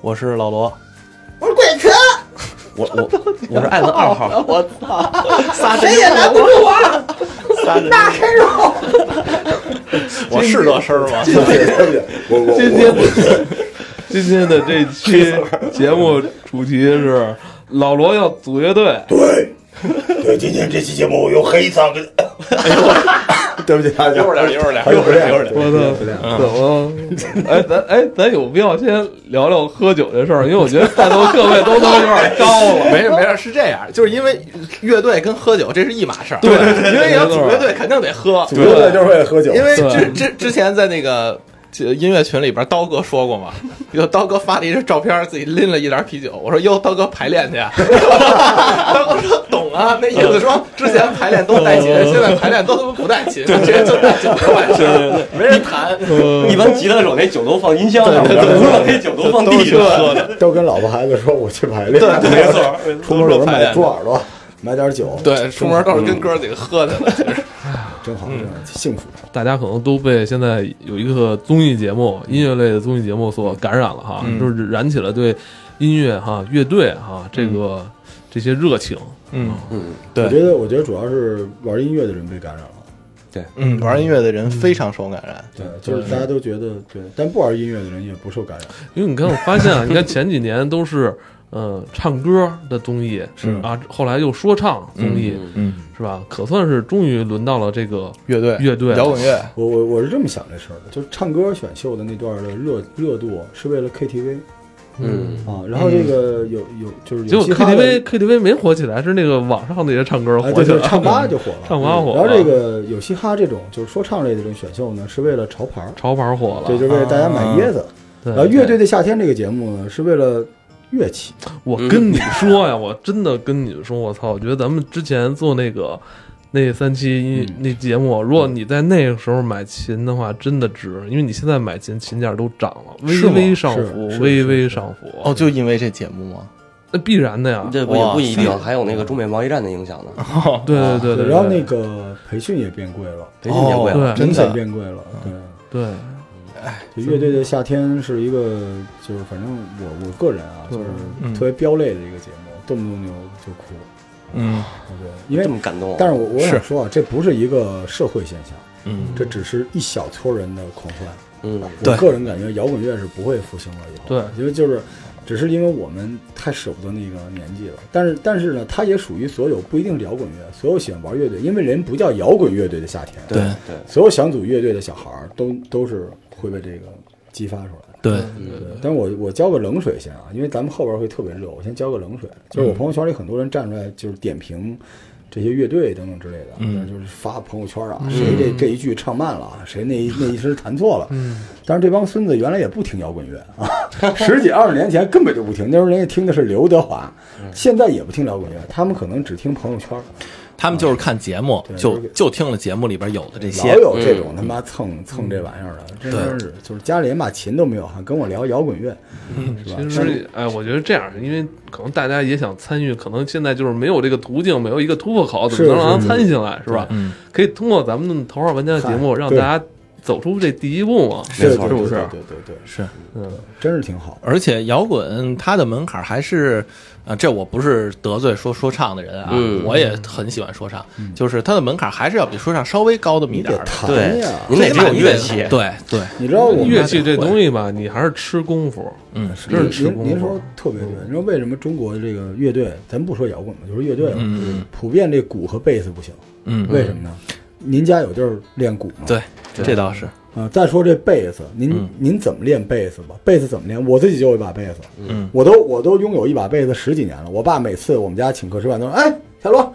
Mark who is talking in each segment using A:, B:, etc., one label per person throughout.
A: 我是老罗，
B: 我是鬼壳，
A: 我我我是艾文二 号，
C: 我操，仨
B: 谁也拦不住我，
C: 仨 真
B: 大 黑肉。
A: 我是这声 儿吗？
D: 对对对，我 我
C: 今天
D: 我
C: 的今天的这期节目主题是老罗要组乐队，
D: 对
E: 对，今天这期节目由黑桑跟
D: 对不起大家，
E: 一会儿聊一会儿聊
D: 还有
E: 一会儿聊
D: 对
C: 我
D: 对
C: 操，
D: 对
C: 怎
D: 对
C: 么？哎，咱哎咱有必要先聊聊喝酒这事儿，因为我觉得在座各位都他妈有点高 了。
F: 没事没事，是这样，就是因为乐队跟喝酒这是一码事儿，
C: 对
F: 因为要
C: 没
F: 组
C: 错
F: 乐队肯定得喝，
D: 组乐队就是为了喝酒，
F: 因为
C: 对
F: 之之之前在那个这音乐群里边，刀哥说过嘛，有刀哥发了一张照片，自己拎了一篮啤酒，我说哟，刀哥排练去啊， 刀哥说懂啊，那意思说之前排练都带琴，现在排练都他妈不带琴，直接就带酒就完事儿，没人弹，
A: 一般吉他手那酒都放音箱上，鼓手那酒都放地上。
F: 喝的，
D: 都跟老婆孩子说我去排练，
F: 没错，
D: 出门有人买猪耳朵，买点酒，嗯
F: 对，出门都是跟哥几个喝的，
D: 真好，真好幸福。
C: 大家可能都被现在有一个综艺节目，
D: 嗯
C: 音乐类的综艺节目所感染了哈，
F: 嗯
C: 就是燃起了对音乐哈、乐队哈这个、
D: 嗯
C: 这些热情。
F: 嗯
D: 我觉得，我觉得主要是玩音乐的人被感染了，
F: 嗯，玩音乐的人非常受感染，
D: 对，就是大家都觉得对，但不玩音乐的人也不受感染，
C: 因为你看，我发 现啊，你看前几年都是呃唱歌的综艺
D: 是
C: 啊，后来又说唱综艺、
F: 嗯，
C: 是吧？可算是终于轮到了这个
F: 乐队
C: 乐队
F: 摇滚乐，
D: 我我我是这么想这事儿的，就是唱歌选秀的那段的热热度是为了 KTV
A: 嗯，
D: 啊，然后这个有有就是
C: 结
D: 有
C: 果
D: 嘻哈的
C: KTV KTV 没火起来，是那个网上那些唱歌火
D: 哎对
C: 起来
D: 对，
C: 了，
D: 唱吧就火了，
C: 唱吧火
D: 然
C: 了，
D: 后这个有嘻哈这种就是说唱类的这种选秀呢，是为了潮牌儿，
C: 潮牌火了，
D: 对，就是为了大家买椰子。
C: 对
D: 然后乐队的夏天这个节目呢，是为了乐器，
C: 我跟你说呀，我真的跟你们说，我操！我觉得咱们之前做那个那三期音
D: 嗯
C: 那节目，如果你在那个时候买琴的话，真的值，因为你现在买琴琴价都涨了，微
F: 是吗
C: 微上浮
D: 是是，
C: 微
D: 是
C: 微
D: 是
C: 上浮。
F: 哦，，就因为这节目吗？
C: 那必然的呀。
A: 这不也不一定，还有那个中美贸易战的影响呢。
C: 对对对对，
D: 哦啊然后
C: 对
D: 那个培训也变贵了，
F: 哦
A: 培训也贵了，
C: 对
F: 啊
C: 嗯
F: 真
D: 人
F: 的
D: 才变贵了，对。
C: 对，
D: 就乐队的夏天是一个，就是反正我我个人啊，
C: 嗯
D: 就是特别飙泪的一个节目，动不动就就哭，
F: 嗯
D: 对，因
A: 这
D: 为
A: 么感动。
D: 但是我我
F: 是
D: 想说啊，这不是一个社会现象，
F: 嗯
D: 这只是一小撮人的狂欢。
A: 嗯，
D: 我
F: 对
D: 个人感觉摇滚乐是不会复兴了以后，
C: 对，
D: 因为就是只是因为我们太舍不得那个年纪了。但是但是呢，它也属于所有不一定是摇滚乐，所有喜欢玩乐队，因为人不叫摇滚乐队的夏天，
A: 对对，
D: 所有想组乐队的小孩儿都都是会被这个激发出来的。
F: 对，
D: 对，但是我我浇个冷水先啊，因为咱们后边会特别热，我先浇个冷水。就是我朋友圈里很多人站出来，就是点评这些乐队等等之类的，
F: 嗯
D: 就是发朋友圈啊，谁这这一句唱慢了啊，谁那一那一声弹错了。
C: 嗯，
D: 但是这帮孙子原来也不听摇滚乐啊，十几二十年前根本就不听，那时候人家听的是刘德华，现在也不听摇滚乐，他们可能只听朋友圈。
F: 他们就是看节目
D: 对，
F: 就
D: 这个
F: 就听了节目里边有的这些
D: 老，有这种他妈蹭蹭这玩意儿的，真
F: 对
D: 真是就是家里连把琴都没有，还跟我聊摇滚乐，是吧？
C: 其实哎，我觉得这样，因为可能大家也想参与，可能现在就是没有这个途径，没有一个突破口，怎
D: 是
C: 么能让
D: 是
C: 他参与进来，是吧？
F: 嗯，
C: 可以通过咱们头号玩家的节目，
D: 嗨
C: 让大
D: 对
C: 家走出这第一步嘛，
D: 对
C: 是
D: 对
C: 不
D: 对
C: 是？
D: 对对对，
F: 是，
C: 嗯。
D: 真是挺好。
F: 而且摇滚它的门槛还是，呃，这我不是得罪说说唱的人啊，
A: 嗯
F: 我也很喜欢说唱，就是它的门槛还是要比说唱稍微高那么一
D: 你
F: 点
D: 得
F: 儿的，
D: 弹
A: 对
D: 呀，，
A: 您
F: 最
A: 得
F: 起
A: 这
F: 码
A: 种
F: 你
A: 乐
F: 得
A: 器，
F: 对对，
D: 你知道我们
C: 乐器这东西吧，你还是吃功夫。
F: 嗯，
C: 真是
D: 您
C: 吃功夫
D: 您您说特别对，您说为什么中国这个乐队，咱不说摇滚吧，就是乐队吧，
F: 嗯
D: 普遍这鼓和贝斯不行，
F: 嗯，
D: 为什么呢？您家有地儿练鼓吗？
F: 对，这倒是，
D: 啊，再说这贝斯，您、
F: 嗯
D: 您怎么练贝斯吧？贝斯怎么练？我自己就有一把贝斯，
F: 嗯
D: 我都我都拥有一把贝斯十几年了。我爸每次我们家请客吃饭都说：“哎，小罗，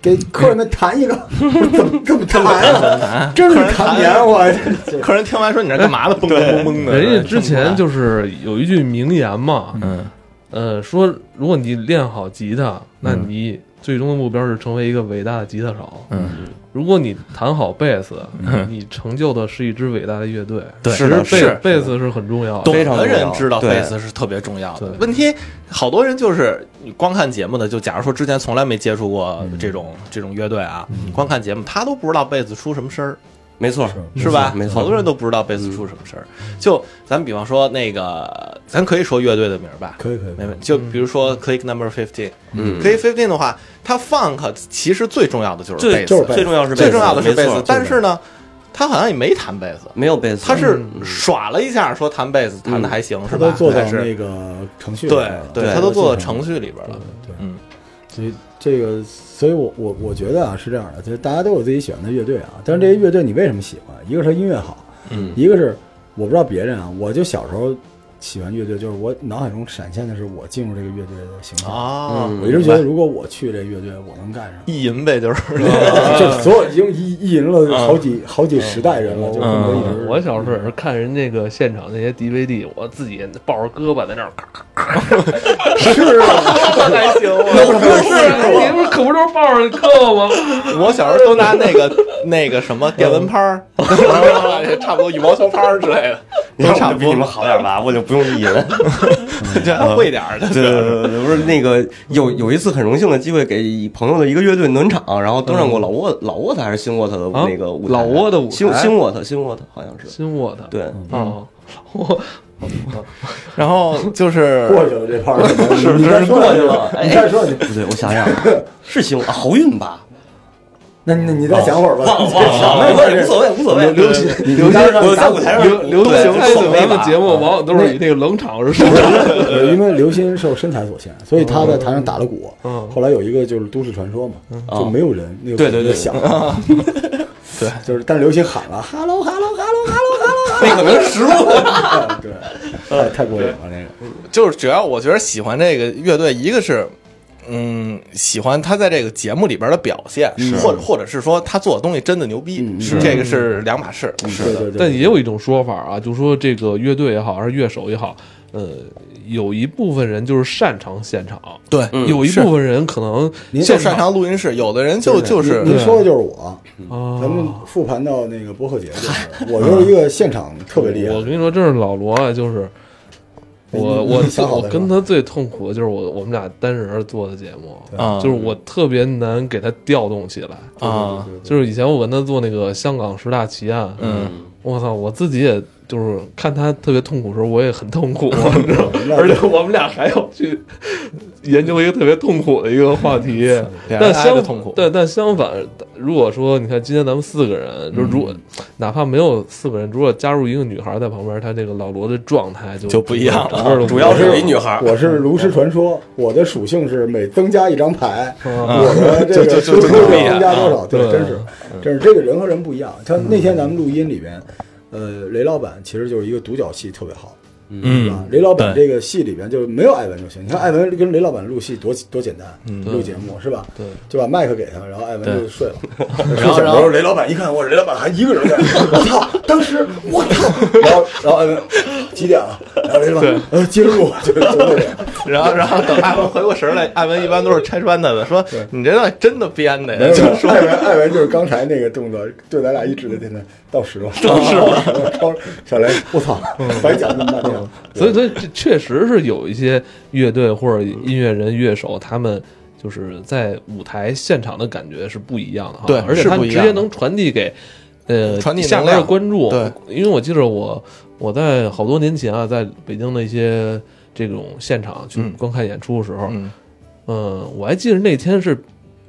D: 给客人们弹一个。我说怎么这么弹啊？真是弹不
F: 弹
D: 粘我。
F: 客人听完说你这干嘛呢？蹦蹦蹦蹦的，
C: 人家之前就是有一句名言嘛，
F: 嗯
C: 呃，说如果你练好吉他，那你最终的目标是成为一个伟大的吉他手；
F: 嗯，
C: 如果你弹好贝斯，你成就的是一支伟大的乐队。
F: 对
C: 其
A: 是的
C: 实
A: 是的
C: 贝贝斯是很重要的
F: 懂。
A: 非常
F: 的
A: 重
F: 人
A: 要
F: 知道
A: 对
F: 贝斯是特别重要的
C: 对。
F: 问题好多人就是你光看节目的，就假如说之前从来没接触过这种这种乐队啊，光看节目他都不知道贝斯出什么声儿。没错，
D: 是
F: 是吧？
D: 没错
F: 好多人都不知道贝斯出什么事儿。就咱们比方说那个，咱可以说乐队的名儿吧？
D: 可以可以可以
F: 没问题。就比如说 Click Number Fifteen，
A: 嗯
F: ，Click Fifteen 的话，它 Funk 其实最重要的就是贝
A: 最
F: 斯，
D: 就是贝斯
A: 最重要是
F: 最重要的是贝
A: 没
F: 斯
A: 错，
F: 但是呢，他好像也没弹贝斯，
A: 没有贝斯，
F: 他 是耍了一下，说弹贝斯弹的还行，
D: 他
F: 哦是
D: 嗯都
F: 吧？
D: 做到
F: 但是
D: 那个程序里边
F: 对
D: 了，
A: 对
F: 他都做到
D: 程序
F: 程序里嗯边了。
D: 对，
F: 嗯，
D: 所以这个，所以我我我觉得啊是这样的，就是大家都有自己喜欢的乐队啊，但是这些乐队你为什么喜欢？一个是音乐好，
F: 嗯，
D: 一个是我不知道别人啊，我就小时候喜欢乐队，就是我脑海中闪现的是我进入这个乐队的形象。
F: 啊，
D: 我一直觉得，如果我去这乐队，我能干上。
F: 意淫呗，就是啊
D: 就所有已经意意淫了好几好
F: 嗯
D: 几十代人了，就恨不得一直。
C: 嗯我小时候也是看人那个现场那些 DVD，我自己抱着胳膊在那儿咔咔
D: 是啊，
F: 那还行。
C: 咔。 不
A: 啊
C: 是，你不是可不就是抱着胳膊吗？
F: 我小时候都拿那个 那个什么电蚊拍 儿，嗯差不多羽毛球拍儿之类的，
A: 你
F: 都
A: 看
F: 差
A: 我
F: 不
A: 比你们
F: 多。
A: 好点吧，我就不用意淫。
F: 这还会点儿的，
A: 对对对对对，不是那个有有一次很荣幸的机会，给朋友的一个乐队暖场，然后登上过老沃老沃特还是新沃特的那个舞台，
C: 啊老沃的舞台
A: 新新沃特新沃特好像是，
C: 新我的，
A: 对，嗯
C: 啊，我
F: 然后就是
D: 过去了这 块儿，你再说
A: 过去
D: 你
A: 了，
D: 你
A: 哎，
D: 再说你，
A: 不对，我想想，是新啊豪运吧，
D: 那那你再想会儿吧。
A: 忘了忘了忘了，没事无所谓无所谓，
D: 刘鑫，
A: 刘
D: 刘
A: 鑫，我在
D: 在
A: 舞台上
C: 刘刘
A: 对
C: 行
A: 就
C: 在
A: 爽了一
C: 咱们
A: 把
C: 节目往往都是以那个冷场是受的。
D: 因为刘鑫受身材所限，所以他在台上打了鼓。
C: 嗯
D: 后来有一个就是都市传说嘛，就没有人那个
A: 嗯对对对
D: 响， 对， 就是但是刘鑫喊了哈喽哈喽哈喽哈喽
A: 那可能实录，
D: 哈
A: 嗯
D: 喽，对，太太过瘾了那个，
F: 就是只要我觉得喜欢这个乐队，一个是。嗯，喜欢他在这个节目里边的表现，或者或者是说他做的东西真的牛逼，是这个是两码事。
D: 对对对，
C: 但也有一种说法啊，就说这个乐队也好，还是乐手也好，呃，有一部分人就是擅长现场，
F: 对，
C: 有一部分人可能
D: 嗯
F: 嗯
D: 您
F: 就
C: 现
F: 擅
C: 场
F: 长录音室，有的人就就是
D: 您您说的就是我，
A: 哦
C: 啊
D: 咱们复盘到那个播客节， 我就是一个现场特别厉害
C: 我，跟你说，真是老罗啊，就是
D: 哎
C: 我
D: 你
C: 我
D: 你想好
C: 我
D: 了是吧
C: 跟他最痛苦的就是我我们俩单人做的节目，
F: 啊
C: 就是我特别难给他调动起来。
F: 啊，
C: 就是以前我跟他做那个香港十大奇案，
F: 嗯，
C: 我操，我自己也就是看他特别痛苦的时候，我也很痛苦，
F: 嗯
C: 你知道吗？而且我们俩还要去研究一个特别痛苦的一个话题，
F: 俩人挨
C: 但相
F: 着痛苦
C: 但但相反，如果说你看今天咱们四个人，就如果、
F: 嗯
C: 哪怕没有四个人，如果加入一个女孩在旁边，他这个老罗的状态就
F: 就不一样了
C: 整个都
A: 主
C: 不一样
A: 要是有一女孩儿，
D: 我是炉石传说，我的属性是每增加一张牌，我的这个输出增加多少？啊对，嗯真是，真是这个人和人不一样。像那天咱们录音里边，呃，雷老板其实就是一个独角戏特别好，是吧
F: 嗯？
D: 雷老板这个戏里边就没有艾文就行。你看艾文跟雷老板录戏多多简单，录节目是吧？嗯对，就把麦克给他，然后艾文就睡了。 然后然后雷老板一看，我雷老板还一个人在，我操！当时我操！然后然后艾文几点了？然后雷老板呃接着录，就就那个。
F: 然后，然后等艾文回过神来，艾文一般都是拆穿他的，说你这段真的编的
D: 没
F: 呀，
D: 有，
F: 就
D: 没有
F: 是说
D: 艾文，艾文就是刚才那个动作，对咱俩一直的现在到十了，到十了，超小雷，我操，白讲那么半天了。
C: 所以，所以这确实是有一些乐队或者音乐人、乐手，他们就是在舞台现场的感觉是不一样的哈。
F: 对
C: 而且
F: 是
C: 他
F: 不
C: 们
F: 一
C: 直
F: 样
C: 接
F: 的
C: 能传递给呃
F: 传递
C: 下
F: 能
C: 来的
F: 量
C: 观众。
F: 对，
C: 因为我记得我我在好多年前啊，在北京的一些这种现场去
F: 嗯
C: 观看演出的时候，
F: 嗯
C: 嗯，我还记得那天是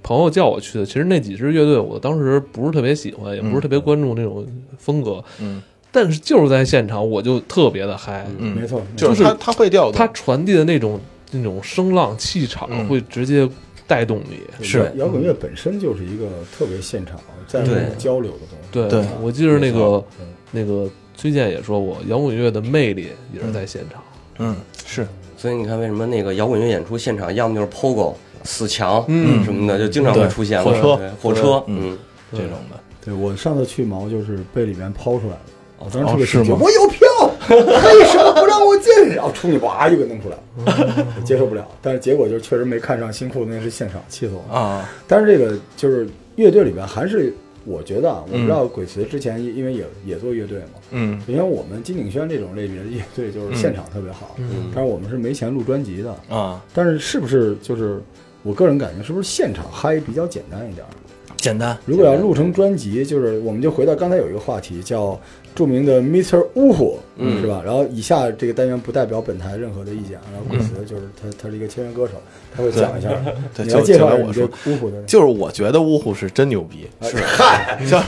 C: 朋友叫我去的。其实那几支乐队，我当时不是特别喜欢，也不是特别关注那种风格，
F: 嗯
C: 但是就是在现场，我就特别的嗨。
F: 嗯，
D: 没错，
F: 就
C: 就
F: 是
C: 是
F: 他他会调动，
C: 它传递的那种那种声浪气场
F: 嗯
C: 会直接带动你。
F: 是
D: 摇滚乐本身就是一个特别现场在乎
A: 对
D: 交流的东西。
C: 对，
F: 对
C: 我记得那
D: 没
C: 个
D: 错嗯
C: 那个崔健也说过，摇滚乐的魅力也是在现场。
F: 嗯是
A: 所以你看为什么那个摇滚乐演出现场，要么就是 POGO 死墙，
C: 嗯
A: 什么的，就经常会出现
F: 对火车
A: 对火车，嗯，
F: 这种的，
D: 对我上次去毛就是被里面抛出来了。我当时特
F: 哦
D: 别
F: 是吗
D: 生气，我有 票，为什么不让我进？然后出去哇就给弄出来了，接受不了。但是结果就是确实没看上新裤子，那是现场，气死我了。
F: 啊，
D: 但是这个就是乐队里边还是我觉得啊，我不知道鬼词之前因为也也做乐队嘛，
F: 嗯
D: 因为我们金鼎轩这种类别的乐队就是现场特别好，但是我们是没钱录专辑的，
F: 啊，
D: 但是是不是就是我个人感觉是不是现场嗨比较简单一点儿？
G: 简单。
D: 如果要录成专辑，就是我们就回到刚才有一个话题，叫著名的 Mr. 呜呼，嗯，是吧？然后以下这个单元不代表本台任何的意见啊。然后
F: 嗯
D: 鬼子就是他，他是一个签约歌手，他会讲一下，
F: 对
D: 你来
F: 就
D: 介绍
F: 就是我
D: 一下你对
F: 说
D: 呜呼的。
F: 就是我觉得呜呼是真牛逼，
D: 啊
F: 是 嗨，像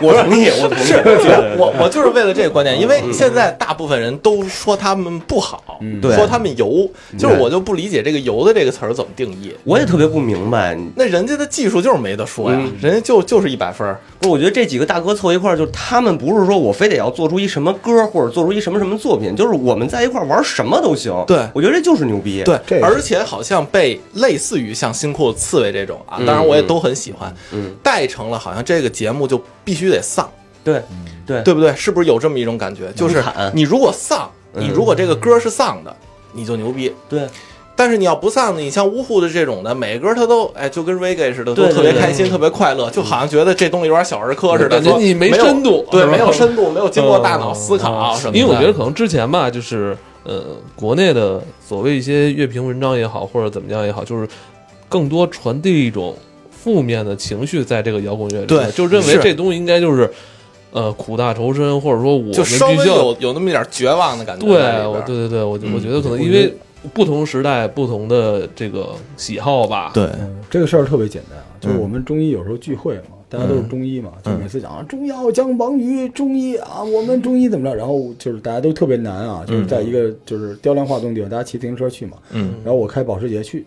A: 我同意，我同意。
F: 我我就是为了这个观点，因
D: 嗯
F: 为现在大部分人都说他们不好，
A: 对
F: 说他们油，
D: 嗯
F: 就是我就不理解这个“油”的这个词儿怎么定义。
A: 我也特别不明白，
F: 那人家的技术就是没得说
D: 嗯
F: 呀，人家就就是一百分儿，
A: 不是？我觉得这几个大哥凑一块儿，就是他们不是说我非得要做出一什么歌或者做出一什么什么作品，就是我们在一块儿玩什么都行。
F: 对
A: 我觉得这就是牛逼。
F: 对
D: 这，个
F: 而且好像被类似于像新裤子、刺猬这种啊，
C: 嗯
F: 当然我也都很喜欢，
A: 嗯
F: 带成了好像这个节目就必须得丧，
A: 对对
F: 对不对？是不是有这么一种感觉？就是
A: 惨
F: 你如果丧，
C: 嗯
F: 你如果这个歌是丧的，你就牛逼。
A: 对
F: 但是你要不丧的，你像呜呼的这种的，每个歌他都哎，就跟 reggae 似的，都
A: 对对
F: 特别
A: 对
F: 开心，特别快乐，就好像觉得这东西有点小儿科似的，
C: 嗯感觉
F: 说
C: 你没
F: 有
C: 深度
F: 对，
C: 是吧
F: 嗯没有深度，没有经过大脑思考啊
C: 嗯
F: 什么的。
C: 因为我觉得可能之前吧，就是呃，国内的所谓一些乐评文章也好，或者怎么样也好，就是更多传递一种负面的情绪在这个摇滚乐里面，
F: 对
C: 就认为
F: 是
C: 这东西应该就是呃苦大仇深，或者说我们
F: 就稍
C: 必
F: 微
C: 须要
F: 有有那么一点绝望的感觉
C: 对
F: 在里边儿。，
C: 我对对对，我
F: 嗯
C: 我觉得可能
D: 我
C: 因
D: 觉得
C: 为不同时代不同的这个喜好吧，
F: 对
D: 嗯，这个事儿特别简单啊，就是我们中医有时候聚会嘛，大家都是中医嘛，就每次讲啊中药姜黄鱼，中医啊，我们中医怎么着，然后就是大家都特别难啊，就是在一个就是雕梁画栋地方，大家骑自行车去嘛，
F: 嗯，
D: 然后我开保时捷去，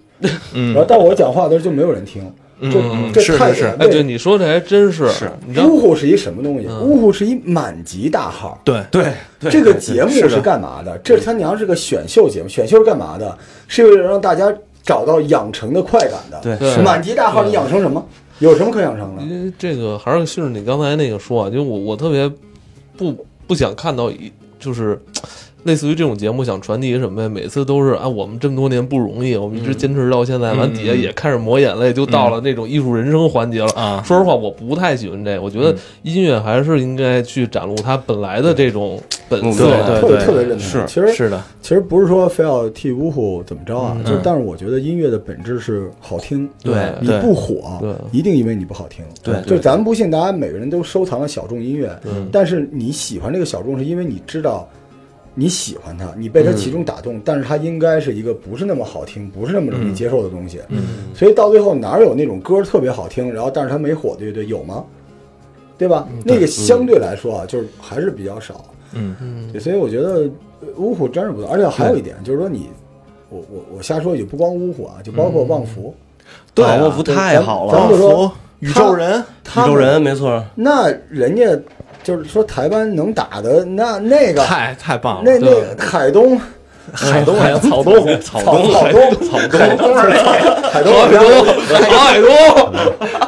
F: 嗯
D: 然后但我讲话的时候就没有人听，
F: 嗯
D: 这
F: 是
D: 这太
F: 是是
C: 哎，对，你说这还真是，你知道
D: 呜呼是一什么东西？呜呼是一满级大号。
F: 对
A: 对对，
D: 这个节目是干嘛的？这他娘是个选秀节目，选秀是干嘛的？是为了让大家找到养成的快感的。
A: 对
C: 是
D: 满级大号你养成什么？有什么可养成的？
C: 因为这个还是顺着你刚才那个说啊，就我我特别不不想看到一就是类似于这种节目想传递什么呀？每次都是啊，我们这么多年不容易，我们一直坚持到现在，完底下也开始抹眼泪，就到了那种艺术人生环节了
F: 啊
C: 说实话，我不太喜欢这，我觉得音乐还是应该去展露它本来的这种本色
A: 对
C: 来。
F: 对
D: 特别特别认同。
F: 是
D: 其实
F: 是的，嗯
D: 其实不是说非要替呜呼怎么着啊，就是但是我觉得音乐的本质是好听。
C: 对
D: 你
F: 对
D: 不火
C: 对，
D: 一定因为你不好听。
A: 对
D: 就咱们不信，大家每个人都收藏了小众音乐，但是你喜欢这个小众，是因为你知道。你喜欢它，你被它其中打动，但是它应该是一个不是那么好听、不是那么容易接受的东西。嗯，所以到最后哪有那种歌特别好听，然后但是它没火的乐队有吗？对吧？那个相对来说啊，就是还是比较少。
F: 嗯
D: 对，所以我觉得呃芜湖真是不错，而且还有一点就是说你，我我我瞎说也不光芜湖啊，就包括旺福，
F: 对啊
A: 啊沃夫太好
D: 咱
A: 了
D: 们，就说
F: 福宇宙人，
D: 他
A: 宇
D: 们
A: 宙人没错，
D: 那人家就是说台湾能打的那那个
F: 太太棒了
D: 那，那海东
F: 海东还有草东，
D: 草草东草东海东海东海东
C: 海东，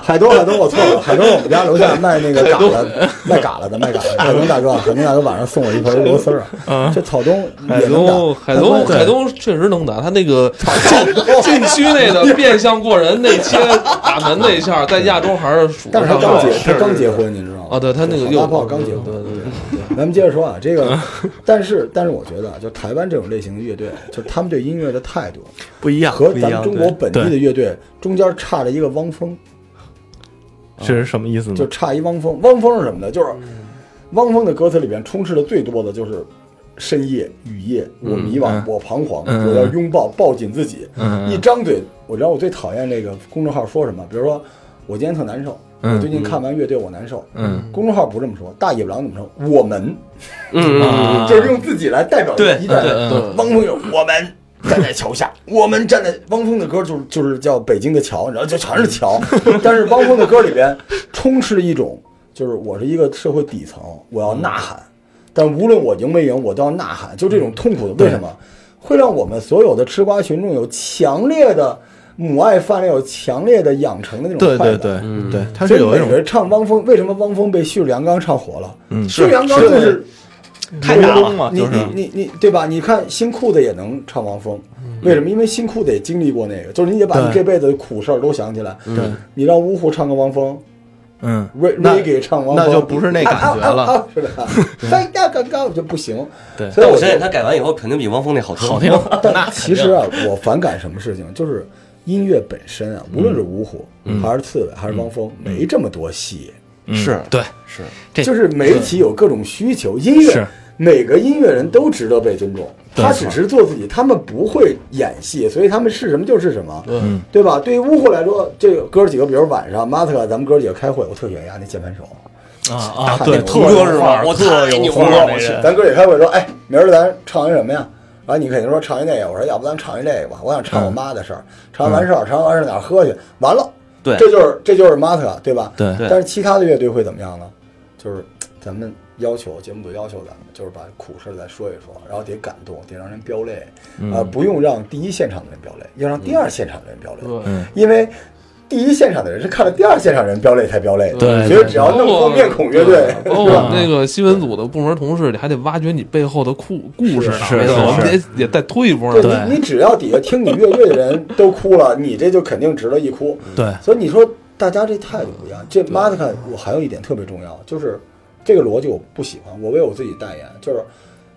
D: 海东海东我错了，海东我们家楼下卖那个嘎了卖嘎了的卖嘎了的，海东大哥海东大哥晚上送我一盆螺丝儿啊，这草东
C: 海
D: 也能
C: 东，
D: 打，
C: 海东，
D: 对
C: 海东确实能打。他那个禁禁区内的变相过人内切打门那一下，在亚洲还是数得
D: 但是他
C: 上
D: 刚
C: 的
D: 结他刚结婚，你知道吗？
C: 啊，对他那个
D: 好
C: 右
D: 大炮刚结婚，
C: 对对对，
D: 咱们接着说啊，这个，但是但是我觉得啊，就台湾这种类型的乐队，就是他们对音乐的态度
F: 不一样，
D: 和
A: 不一
D: 咱们
A: 样
D: 中
A: 对
D: 国本地的乐队中间差了一个汪峰，
F: 嗯这是什么意思呢
D: 就差一汪峰。汪峰是什么呢？就是
F: 嗯
D: 汪峰的歌词里边充斥的最多的就是深夜、雨夜，我迷惘，
F: 嗯
D: 我彷徨，
F: 嗯
D: 我要拥抱，抱紧自己。
F: 嗯
D: 一张嘴，我知道我最讨厌这个公众号说什么，比如说我今天特难受，
F: 嗯
D: 我最近看完乐队我难受。
F: 嗯，
D: 公众号不这么说，大野狼怎么说？我们。
A: 嗯嗯，
F: 啊
D: 就是用自己来代表
A: 对
D: 一代
F: 对嗯对。
D: 汪峰有我们站在桥下，我们站在汪峰的歌就是就是叫北京的桥，然后就全是桥， 但是汪峰的歌里边充斥着一种就是我是一个社会底层，我要呐喊，但无论我赢没赢，我都要呐喊，就这种痛
F: 嗯
D: 苦的为什么会让我们所有的吃瓜群众有强烈的母爱泛滥，有强烈的养成的那种
F: 对
D: 快
F: 对
D: 感？
F: 对对，
A: 嗯
F: 他
D: 所
F: 是
D: 以
F: 有一
D: 每个
F: 种
D: 人唱汪峰，为什么汪峰被旭日阳刚唱火了？
F: 嗯
D: 旭日阳刚
F: 是
D: 就是是
F: 太大了嘛，
D: 你
F: 就是
D: 你你你对吧？你看新裤子也能唱汪峰，为什么？因为新裤子也经历过那个，就是你得把你
F: 对
D: 这辈子的苦事儿都想起来。
F: 对，
D: 你让呜呼唱个汪峰
F: 嗯，
D: ，re
F: 那
D: re 给唱汪峰，
F: 那就不是那感觉
D: 啊啊
F: 了，
D: 啊 是吧？三呀刚刚就不行。
F: 对
D: 所
A: 但
D: 以我
A: 我
D: 觉
A: 相
D: 得
A: 信他改完以后肯定比汪峰那好听。
F: 好听，那
D: 但其实啊，我反感什么事情，就是音乐本身啊，无论
F: 嗯
D: 是五虎、还是刺猬还是汪峰，没这么多戏，
F: 是嗯对，
A: 是
F: 这
D: 就是媒体有各种需求，音
F: 是
D: 乐每个音乐人都值得被尊重。他只是做自己，他们不会演戏，所以他们是什么就是什么，
C: 嗯
D: 对吧？对于乌虎来说，这个哥儿几个，比如晚上马特，咱们哥儿几个开会，我特喜欢压那键盘手，
F: 啊啊，
D: 他
F: 对，
D: 那
A: 特
D: 胡
A: 有
D: 歌是
A: 范儿，我特有范
D: 我
A: 儿，
D: 去，咱哥也开会说，哎，明儿咱唱一什么呀？然后你肯定说唱一那个，我说要不咱唱一这个吧，我想唱我妈的事儿，唱完事儿，唱完事儿哪儿喝去？完了，
F: 对
D: 这就是这就是 Mata，对吧？
F: 对
D: 但是其他的乐队会怎么样呢？就是咱们要求节目组要求咱们，就是把苦事儿再说一说，然后得感动，得让人飙泪，啊，不用让第一现场的人飙泪，要让第二现场的人飙泪，
C: 对
D: 因为。第一现场的人是看了第二现场人飙泪才飙泪的，
F: 对
D: 所以只要弄过面孔乐队，
C: 包括我们那个新闻组的部门同事，你还得挖掘你背后的故故事呢。
F: 是
C: 没
F: 是
C: 错，我们得也再推一波呢。
D: 对你，你只要底下听你乐队的人都哭了， 你这就肯定值得一哭。
F: 对
D: 所以你说大家这态度不一样。这 m a t a 我还有一点特别重要，就是这个逻辑我不喜欢，我为我自己代言，就是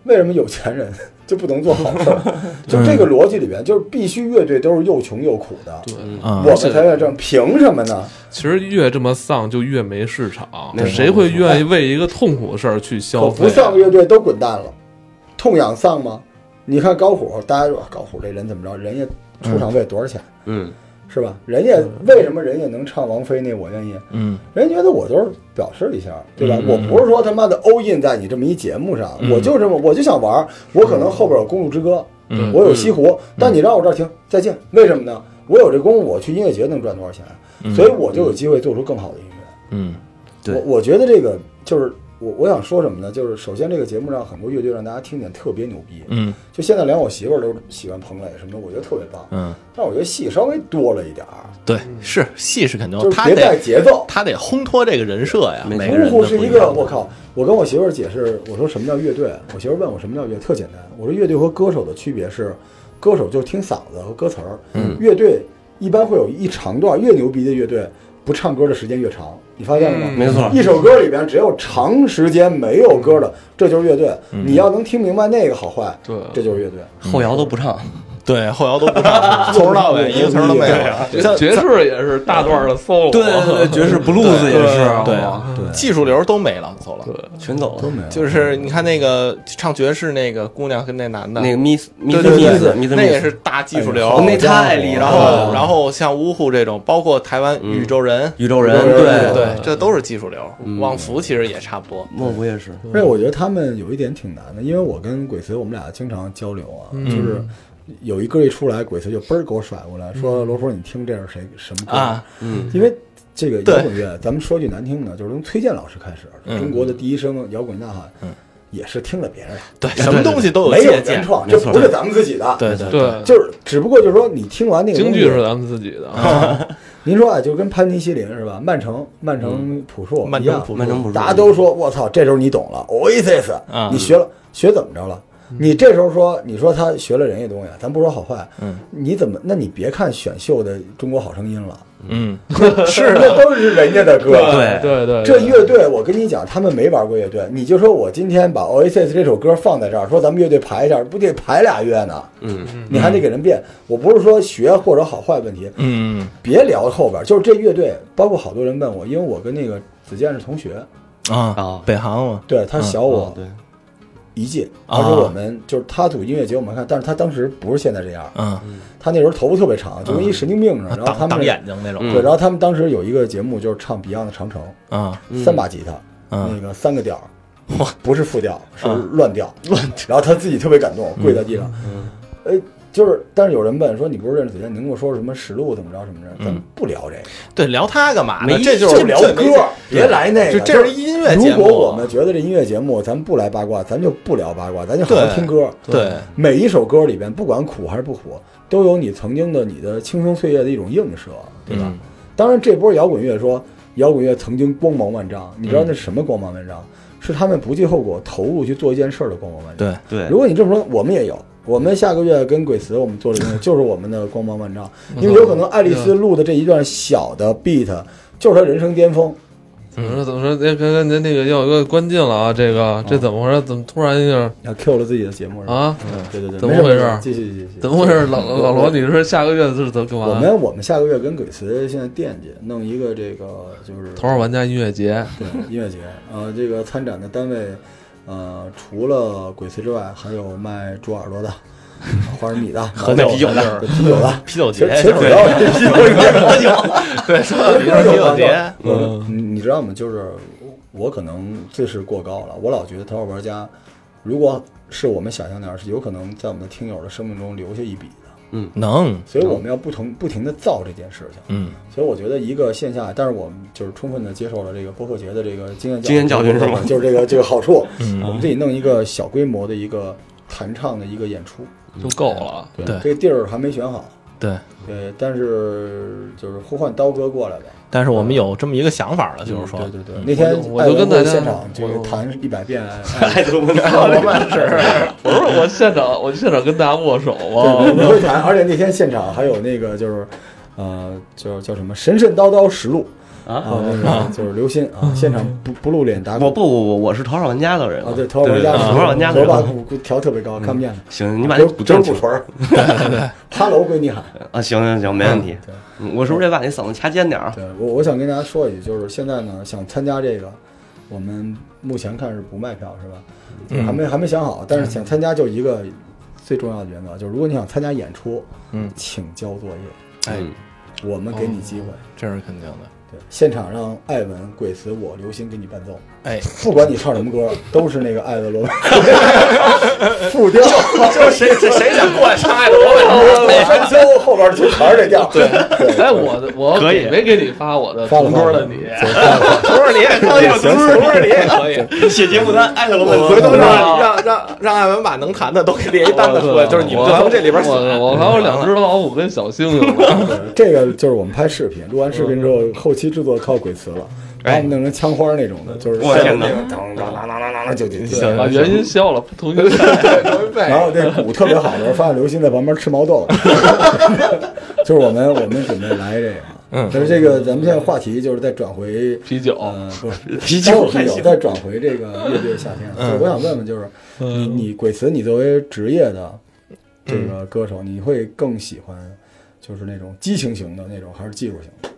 D: 为什么有钱人 就不能做好事儿？就这个逻辑里边，就是必须乐队都是又穷又苦的，
F: 嗯
D: 我们才愿意挣，凭什么呢？
C: 其实越这么丧就越没市场，
A: 没错
C: 谁会愿意为一个痛苦的事儿去消
D: 我
C: 费
D: 不
C: 啊？
D: 丧的乐队都滚蛋了，痛痒丧吗？你看高虎，大家说啊高虎这人怎么着？人家出场费多少钱？
A: 嗯，
D: 是吧？人家为什么人家能唱王菲那我愿意？
F: 嗯，
D: 人家觉得我就是表示一下，对吧？我不是说他妈的 all in 在你这么一节目上，我就这么我就想玩儿，我可能后边有《公路之歌》
F: 嗯
D: 我有西湖，但你让我这儿停，再见，为什么呢？我有这功夫，我去音乐节能赚多少钱？所以我就有机会做出更好的音乐。
F: 嗯
A: 对
D: 我我觉得这个就是我我想说什么呢？就是首先这个节目让很多乐队让大家听见特别牛逼，
F: 嗯
D: 就现在连我媳妇儿都喜欢彭磊什么的，我觉得特别棒。
F: 嗯，
D: 但我觉得戏稍微多了一点儿，
F: 对，是戏是肯定
D: 嗯就，是
F: 他
D: 别带
F: 得
D: 节奏。
F: 他得烘托这个人设呀，每个人都
D: 芜湖
F: 不
D: 是一
F: 样
D: 个，我靠！我跟我媳妇儿解释，我说什么叫乐队？我媳妇儿问我什么叫乐队，特简单。我说乐队和歌手的区别是，歌手就听嗓子和歌词儿，
F: 嗯
D: 乐队一般会有一长段，越牛逼的乐队不唱歌的时间越长，你发现了吗？
F: 嗯
A: 没错
D: 一首歌里边只有长时间没有歌的，这就是乐队。
F: 嗯
D: 你要能听明白那个好坏，
C: 对
D: 这就是乐队。
A: 后摇都不唱，
F: 对后摇都不 唱，从头到尾一个词儿都没
D: 啊
F: 有。像啊
C: 爵士也是大段的 solo，
A: 对对对，爵 士 blues 也是，
F: 对
A: 哇
F: 啊，技术流都没了，走了。
A: 全走了。
F: 就是你看那个唱爵士那个姑娘跟那男的，
A: 那个 Miss
F: 对
A: Miss
F: 对
A: Miss
F: 对，
A: Miss，哦
F: 那也是大技术流。
A: 那太厉害
F: 然
A: 了
D: 哦
F: 后，。然后像呜呼这种，包括台湾宇宙人，
A: 宇宙人
D: 嗯宇宙人嗯
A: 对，
F: 对，这都是技术流。旺福其实也差不多。
A: 莫不也是，
D: 而且我觉得他们有一点挺难的，因为我跟鬼随我们俩经常交流啊，
F: 嗯
D: 就是有一歌一出来，鬼随就嘣儿给我甩过来，说罗叔你听这是谁什么歌
F: 嗯啊？
A: 嗯，
D: 因为这个
F: 对
D: 摇滚乐，咱们说句难听的，就是从崔健老师开始，
F: 嗯
D: 中国的第一声摇滚呐喊，也是听了别人的，
F: 对，什么东西都
D: 没有
F: 借
D: 原
F: 鉴。
D: 创，这不是咱们自己的，
F: 对对
C: 对，
D: 就是只不过就是说你听完那个
C: 京
D: 东西
C: 剧是咱们自己的啊。
D: 您说啊，就跟潘尼西林是吧？曼城、曼城朴树
F: 嗯曼
D: 一
F: 城
D: 样
F: 朴，树
A: 曼城不是，
D: 大家都说我操，这时候你懂了，Oasis，
F: 啊
D: 你学了学怎么着了？你这时候说，你说他学了人家东西，啊咱不说好坏，
F: 嗯，
D: 你怎么？那你别看选秀的《中国好声音》了，
F: 嗯，
D: 是 那都是人家的歌，
A: 对
C: 对对，
D: 这乐队，我跟你讲，他们没玩过乐队，你就说我今天把 Oasis 这首歌放在这儿，说咱们乐队排一下，不得排俩月呢？嗯，你还得给人变。我不是说学或者好坏问题，
F: 嗯
D: 别聊后边，就是这乐队，包括好多人问我，因为我跟那个子健是同学，
F: 啊
D: 哦
A: 啊，
F: 北航嘛，
D: 对他小
A: 哦
D: 我
A: 对，
D: 一届，
F: 嗯啊
D: 他说我们就是他组音乐节我们看，但是他当时不是现在这样，
F: 嗯，
D: 他那时候头发特别长，就跟一神经病似的。然后
F: 挡
D: 他们
F: 挡眼嗯睛那种。
D: 对，然后他们当时有一个节目就是唱 Beyond 的《长城》，
F: 啊，
D: 三把吉他，
F: 嗯
D: 那个三个调儿，不是副调，是乱调，乱调。然后他自己特别感动，跪在地上，
F: 嗯
D: 呃，就是，但是有人问说你不是认识子健，你跟我说什么实录怎么着什么着？
F: 嗯
D: 咱们不聊这个，
F: 对，聊他干嘛呢？
A: 没
F: 这就是
D: 啊就聊歌儿，别来那
F: 就
D: 个。
F: 这是音乐节目
D: 如果我们觉得这音乐节目，咱们不来八卦，咱就不聊八卦，咱就好好
F: 对
D: 听歌。
F: 对嗯
D: 每一首歌里边，不管苦还是不苦，都有你曾经的你的青春岁月的一种映射，对吧？
F: 嗯
D: 当然，这波摇滚乐说摇滚乐曾经光芒万丈，你知道
F: 嗯
D: 那是什么光芒万丈？是他们不计后果投入去做一件事儿的光芒万丈。
F: 对，
A: 对
D: 如果你这么说，我们也有。我们下个月跟鬼词，我们做的东西就是我们的光芒万
C: 嗯
D: 丈，因为有可能爱丽丝录的这一段小的 beat 就是她人生巅峰，
C: 怎么嗯说怎么说？那刚刚您那个要有一个关键了啊，这个这怎么回事？怎么突然一下
D: 然后 Q 了自己的节目是吧？
C: 啊？
D: 嗯，对对对，
C: 怎么
D: 没什
C: 回事
D: 没继续继续继续
C: 怎。么回事？老老罗，你说下个月是怎么干嘛？
D: 我们我们下个月跟鬼词现在惦记弄一个这个就是
C: 头号玩家音乐节，
D: 对音乐节，呃，这个参展的单位，呃，除了鬼词之外，还有卖猪耳朵 的、花生米的、
A: 河南啤酒的
D: 对啤酒的。
F: 啤酒
D: 其实
F: 节，
D: 其实主要是啤酒节，
F: 对，说到 底就是啤酒节，
D: 嗯，你你知道吗？就是我可能最是过高了，我老觉得《头号玩家》，如果是我们想象那样，是有可能在我们的听友的生命中留下一笔的。
F: 能，
D: 所以我们要不同不停的造这件事情。
F: 嗯，
D: 所以我觉得一个线下，但是我们就是充分的接受了这个播客节的这个经验
A: 经验教训是嗯吧
D: 就是这个这个 好处，我们自己弄一个小规模的一个弹唱的一个演出。
C: 就够了。
F: 对
D: 这个地儿还没选好，
F: 对。
D: 呃，但是就是呼唤刀哥过来呗。
F: 但是我们有这么一个想法了，就是说，
D: 嗯对对对，那天
C: 我就我就跟大
D: 艾文
C: 家
D: 现场这
C: 我
D: 个弹一百遍，
A: 爱德温达
F: 我们是
C: 不是我现场，我现场跟大家握手
D: 对，
C: 啊。
D: 你会弹，而且那天现场还有那个就是，呃，叫叫什么神神叨叨实录啊，那个就是刘鑫啊，现场不不露脸打 鼓
A: 我不我我我是头号玩家的人
D: 啊，对，头号玩家，
A: 对头号玩家的
D: 我把
A: 人。
D: 鼓鼓调特别高，看不见了。
A: 行，你把那正
D: 真鼓
A: 鼓
D: 槌儿， 哈喽归你喊。
A: 啊，行行行，没问题。嗯我是不是得把那嗓子掐尖点儿？
D: 对我我想跟大家说一句，就是现在呢，想参加这个，我们目前看是不卖票是吧？就是还没还没想好，但是想参加就一个最重要的原则，就是如果你想参加演出，
F: 嗯，
D: 请交作业，
F: 哎，
A: 嗯
D: 我们给你机会。
F: 这是肯定的。
D: 对，现场让艾文、鬼子、我、刘鑫给你伴奏，
F: 哎，
D: 不管你唱什么歌，都是那个艾文罗曼复调，
F: 就是谁谁谁想过来伤害我？
D: 老山丘后边就全是这调。对，
C: 哎，我的我
A: 可以
C: 给没给你发我的
D: 发了
C: 同桌的你，
F: 不是你也可以，不是你也可以。
A: 写节目单，爱德温
F: 回头让让让让艾文把能弹的都给列一单子出来，就是你们就从这里边选。
C: 我我还有两只老虎跟小猩 猩呢。
D: 这个就是我们拍视频，录完视频之后，后期制作靠鬼词了，把我们弄成枪花那种的，就是
A: 哎我天哪！
E: 当当当当当当，就就
F: 行
C: 把原音消了， 重新
D: 然后这鼓特别好的时候，发现刘鑫在旁边吃毛豆， 就是我们我们准备来这个。嗯，但是这个咱们现在话题就是再转回
C: 啤酒
D: 呃，不是
A: 啤酒嗯
D: 啤酒，再转回这个乐队夏天。就是我想问问，就是你你鬼词，你作为职业的这
A: 嗯
D: 个歌手，你会更喜欢就是那种激情型的那种，还是技术型的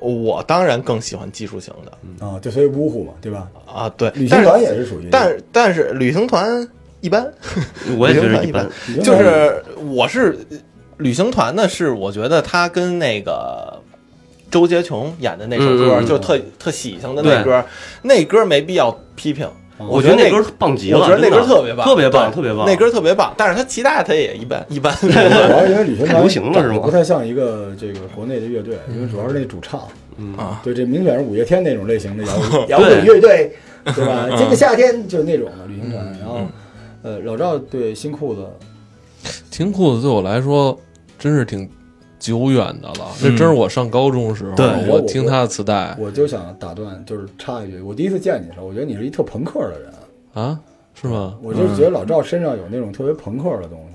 F: 我当然更喜欢技术型的
D: 啊？就所以呜呼嘛，对吧？
F: 啊，对。
D: 旅行
F: 但
D: 团
F: 是
D: 也是属于，
F: 但是但是旅行团一般，
A: 我也觉得
F: 旅行团
A: 一
F: 一
A: 般
F: 般。就是我是旅行团呢，是我觉得他跟那个周杰琼演的那首歌，
A: 嗯嗯嗯
F: 就是特特喜庆的那歌，那歌没必要批评。
A: 哦我
F: 觉
A: 觉得那
F: 那
A: 歌棒极了，
F: 我觉得那歌
A: 真的
F: 特别棒，
A: 特别棒，
F: 对
A: 特别棒。
F: 那歌特别棒，但是他其他他也一般一般。
D: 主要因为旅行
A: 太
D: 团
A: 流行了是吗
D: 不太像一个这个国内的乐队，因为主要是那主唱
A: 嗯
F: 啊，
D: 对，这明显是五月天那种类型的 摇滚摇滚乐队，对吧？这
A: 嗯
D: 个夏天就那种的旅行团，
F: 嗯
D: 然后呃，老赵对新裤子，
C: 听裤子对我来说真是挺久远的了，这真是我上高中时候，
F: 嗯对
C: 我听他的磁带
F: 哎
D: 我就想打断，就是插一句，我第一次见你的时候，我觉得你是一特朋克的人，
C: 啊，是吗？
D: 我
A: 嗯
D: 就是觉得老赵身上有那种特别朋克的东西。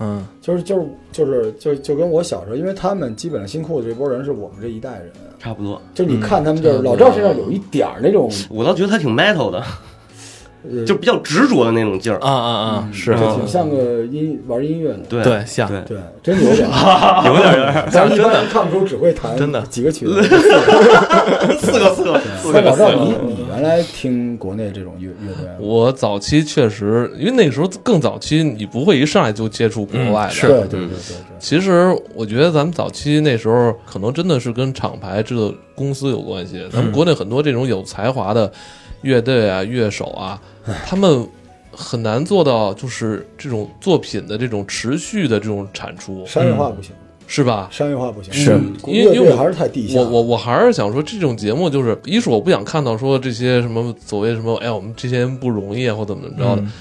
F: 嗯
D: 就是就是就是就就跟我小时候，因为他们基本上新裤子这波人是我们这一代人，
A: 差不多。
D: 就你看他
C: 嗯
D: 们就是老赵身上有一点儿那种
A: 我倒觉得他挺 metal 的，
C: 嗯
D: 呃
A: 就比较执着的那种劲儿。
F: 啊啊啊，是
D: 就挺像个音玩音乐的，
A: 对
F: 对像
A: 对，
D: 对，真有点，
A: 啊有点有 点。
D: 咱一般人看不出只会弹
F: 真的
D: 几个曲子。
A: 四个四个四
D: 那
A: 个
D: 老
A: 四
D: 赵，
A: 个。
D: 你你原来听国内这种乐乐队啊吗？
C: 我早期确实，因为那个时候更早期，你不会一上来就接触国
F: 嗯
C: 外的。
D: 对对对对对，
C: 其实我觉得咱们早期那时候可能真的是跟厂牌制作公司有关系。
F: 嗯
C: 咱们国内很多这种有才华的乐队啊、乐手啊，他们很难做到就是这种作品的这种持续的这种产出，
D: 商业化不行，
C: 是吧？
D: 商业化不行，
F: 是
D: 嗯
C: 因为
D: 乐
C: 因为
D: 队
C: 我
D: 还是太地下
C: 我
D: 了。
C: 我我还是想说，这种节目就是，一是我不想看到说这些什么所谓什么，哎呀，我们这些人不容易啊，或怎么怎么
A: 嗯
C: 着的，
F: 嗯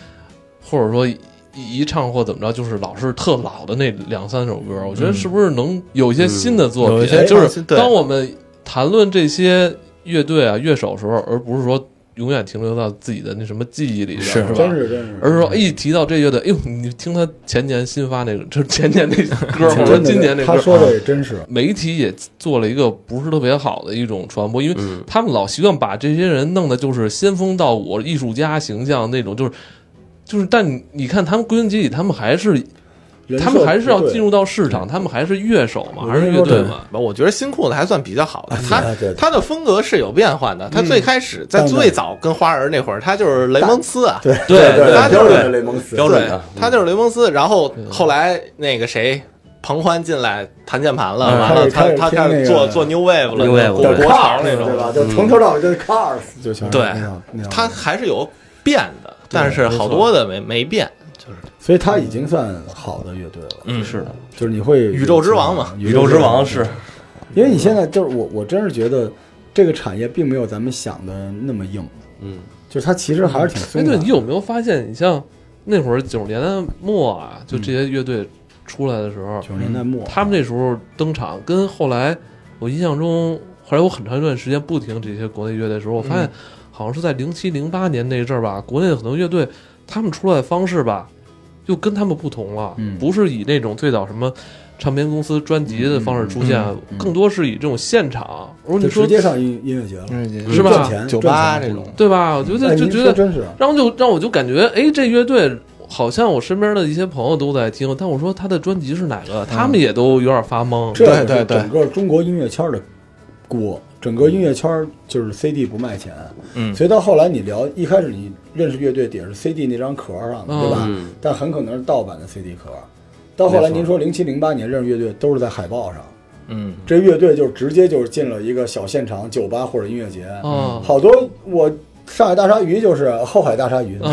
C: 或者说一一唱或怎么着，就是老是特老的那两三首歌，我觉得是不是能有一些新的作品？
F: 有一些
C: 就
F: 创
C: 是
F: 新对
C: 当我们谈论这些乐队啊、乐手的时候，而不是说永远停留到自己的那什么记忆里边，
G: 是
C: 是
D: 真
C: 吧？
D: 是真是，
C: 而是说一提到这乐队，哎呦，你听他前年新发那个，就是前年那歌，或者
D: 真的
C: 今年那歌，
D: 嗯
C: 啊
D: 他说的也真是，
C: 媒体也做了一个不是特别好的一种传播，因为
D: 嗯
C: 他们老习惯把这些人弄的就是仙风道骨、艺术家形象那种，就是就是，但你你看他们归根结底，他们还是
D: 人
C: 他们
D: 设
C: 还是要
D: 不对
C: 进入到市场，他们还是乐手嘛，
D: 我
C: 还
D: 跟
C: 是
D: 你
C: 乐
D: 说
C: 队
D: 这
C: 嘛，
F: 我觉得新裤子还算比较好的，他
D: 啊对对对
F: 他的风格是有变换的。他最开始在
D: 当然
F: 最早跟花儿那会儿，他就是雷蒙斯啊，
D: 对
C: 对
F: 对
D: 对，
F: 他就
D: 标
F: 是
D: 准的雷蒙斯，
A: 标准的
F: 对他就是雷蒙斯。然后后来那个谁，彭欢进来弹键盘了，
D: 嗯
F: 完了
D: 开
F: 他
D: 始
F: 他
D: 开始听
F: 开始
D: 那
F: 做
D: 个
F: 做 New Wave 了，
A: New Wave
F: 国
A: 对
F: 国潮那
D: 对吧？
F: 种，
D: 就
C: 嗯
D: 从头到尾就是 cars，就全是
F: 对
D: 那样那样
F: 他还是有变的，但是好多的没没变，就是
D: 所以他已经算好的乐队了，
F: 嗯
A: 是的，
D: 就是你会
F: 宇宙之王嘛
D: 嗯
A: 宇宙之王是，
D: 因为你现在就是我，我真是觉得这个产业并没有咱们想的那么硬，
A: 嗯，
D: 就是它其实还是挺
C: 哎，
D: 松
C: 对
D: 的。
C: 你有没有发现，你像那会儿九十年代末啊，就这些乐队出来的时候，
D: 九十年代末，
C: 他们那时候登场，跟后来我印象中，后来我很长一段时间不听这些国内乐队的时候，我发
D: 嗯
C: 现好像是在零七零八年那阵儿吧，国内很多乐队他们出来的方式吧，就跟他们不同了，
D: 嗯
C: 不是以那种最早什么唱片公司专辑的方式出现，
D: 嗯
C: 更多是以这种现场。我说
D: 就
C: 你
D: 直
C: 说
D: 接上音音乐节了，
G: 嗯
C: 是吧
D: 赚钱
F: 酒吧
D: 赚钱
F: 这种
C: 对吧？我觉
D: 哎
C: 得就
D: 您
C: 觉
D: 说
C: 得
D: 真是啊，
C: 然后就让我就感觉，哎，这乐队好像我身边的一些朋友都在听，但我说他的专辑是哪个，他们也都有点发懵。
D: 这
F: 对
D: 嗯就是
F: 对对
D: 整个中国音乐圈的锅，整个音乐圈就是 CD 不卖钱，
F: 嗯
D: 所以到后来你聊，一开始你认识乐队也是 CD 那张壳上的，对吧？
A: 嗯
D: 但很可能是盗版的 CD 壳。啊到后
A: 没
D: 来
A: 错
D: 您说零七零八年认识乐队都是在海报上，
F: 嗯，
D: 这乐队就是直接就是进了一个小现场酒吧或者音乐节，
C: 哦
D: 好多我上海大鲨鱼就是后海大鲨鱼，
C: 嗯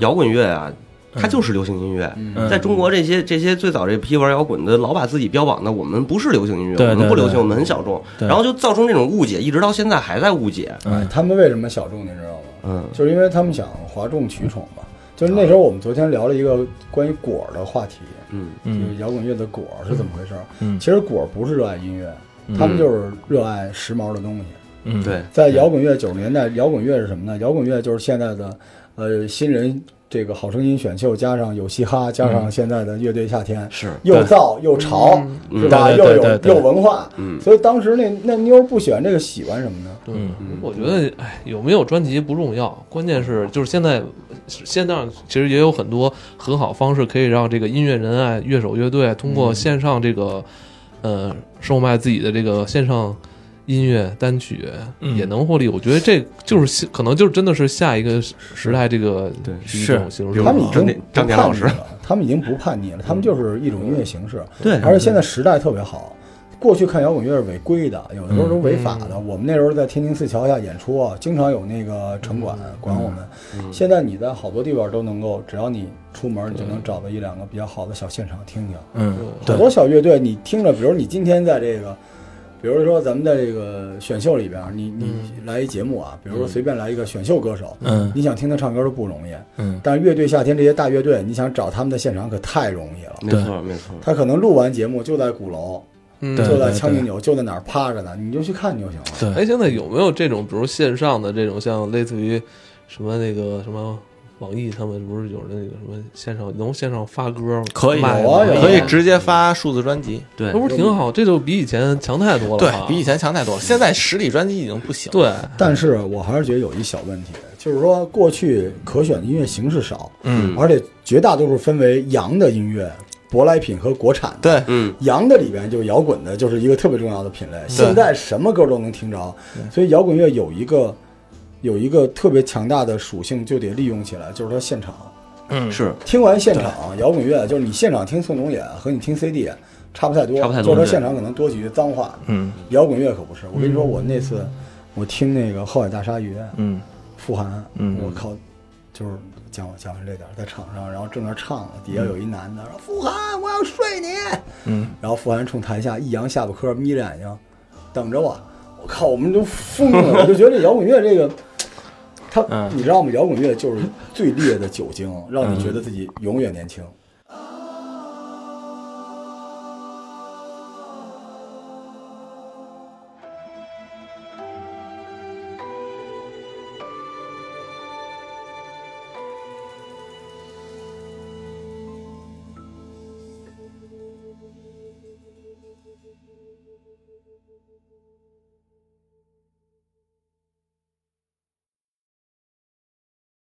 A: 摇滚乐啊，它
G: 嗯
A: 就是流行音乐。在中国这些这些最早这批玩摇滚的，老把自己标榜的我们不是流行音乐，
G: 对对
A: 我们不流行，
G: 对
A: 我们很小众，
G: 对嗯
A: 然后就造成这种误解，一直到现在还在误解。
D: 哎，他们为什么小众，你知道吗？
A: 嗯，
D: 就是因为他们想哗众取宠嘛。就是那时候我们昨天聊了一个关于果儿的话题，
A: 嗯，
D: 就是摇滚乐的果儿是怎么回事儿？
F: 嗯
D: 其实果儿不是热爱音乐，他们就是热爱时髦的东西。
F: 嗯
A: 对，
D: 在摇滚乐九十年代，摇滚乐是什么呢？摇滚乐就是现在的，呃，新人这个好声音选秀，加上有嘻哈，加
G: 嗯
D: 上现在的乐队夏天，
A: 是
D: 又燥又潮，是吧？
G: 嗯对
D: 又
G: 对
D: 有
G: 对对
D: 又文化，
A: 嗯
D: 所以当时那那妞儿不喜欢这个，喜欢什么呢？
C: 对，我觉得哎，有没有专辑不重要，关键是就是现在，现在其实也有很多很好方式可以让这个音乐人啊、乐手、乐队通过线上这个，呃，售卖自己的这个线上音乐单曲
F: 嗯
C: 也能获利。我觉得这就是下可能就是真的是下一个时代这个
A: 对
C: 一种形式
A: 有
D: 他
C: 吧
D: 们已经
A: 张
D: 不
A: 典
D: 叛
A: 老
D: 逆
A: 师嗯
D: 了，他们已经不叛逆了，他们就是一种音乐形式。
A: 对
D: 而且现在时代特别好。过去看摇滚乐是违规的，有的时候
A: 嗯
D: 是违法的。我们那时候在天津四桥下演出啊，经常有那个城管
A: 嗯
D: 管我们。现在你在好多地方都能够，只要你出门，你就能找到一两个比较好的小现场听听。
G: 嗯，
D: 好多小乐队，你听着，比如你今天在这个，比如说咱们在这个选秀里边，你你
A: 嗯
D: 来一节目啊，比如说随便来一个选秀歌手，
G: 嗯，
D: 你想听他唱歌都不容易，
G: 嗯，
D: 但是乐队夏天这些大乐队，你想找他们的现场可太容易了。
A: 没
G: 对
A: 错没错。
D: 他可能录完节目就在鼓楼，
C: 嗯，
G: 对
D: 就在苍蝇纽，就在哪儿趴着呢，你就去看就行了。
G: 对
C: 哎，现在有没有这种，比如线上的这种，像类似于什么那个什么网易他们不是有那个什么线上能线上发歌，
F: 可以
C: 卖
D: 有啊
C: 吗
D: 有啊
F: 可以直接发数字专辑，
A: 对
C: 那不是挺好？这就比以前强太多了，
F: 对
C: 哈
F: 比以前强太多了。现在实体专辑已经不行，，
C: 对，
D: 但是我还是觉得有一小问题，就是说过去可选的音乐形式少，
F: 嗯，
D: 而且绝大多数分为洋的音乐、舶来品和国产的。
F: 对，
A: 嗯，
D: 洋的里边就摇滚的，就是一个特别重要的品类。
F: 对
D: 现在什么歌都能听着，啊所以摇滚乐有一个有一个特别强大的属性，就得利用起来，就是它现场。
F: 嗯
A: 是
D: 听完现场摇滚乐，就是你现场听宋冬野和你听 CD 差不太多，
A: 差不太多
D: 就是
A: 对
D: 说现场可能多几句脏话，
F: 嗯
D: 摇滚乐可不是。我跟你说，我那次我听那个《后海大鲨鱼》，
F: 嗯
D: 傅函，
F: 嗯
D: 我靠，就是讲我讲完这点儿，在场上，然后正那儿唱呢，底下有一男的说：“傅函，我要睡你。”
F: 嗯，
D: 然后傅函冲台下一扬下巴颏，眯着眼睛等着我。我靠，我们都疯了，我就觉得这摇滚乐这个。
F: 嗯
D: 它，你知道吗？摇滚乐就是最烈的酒精，让你觉得自己永远年轻。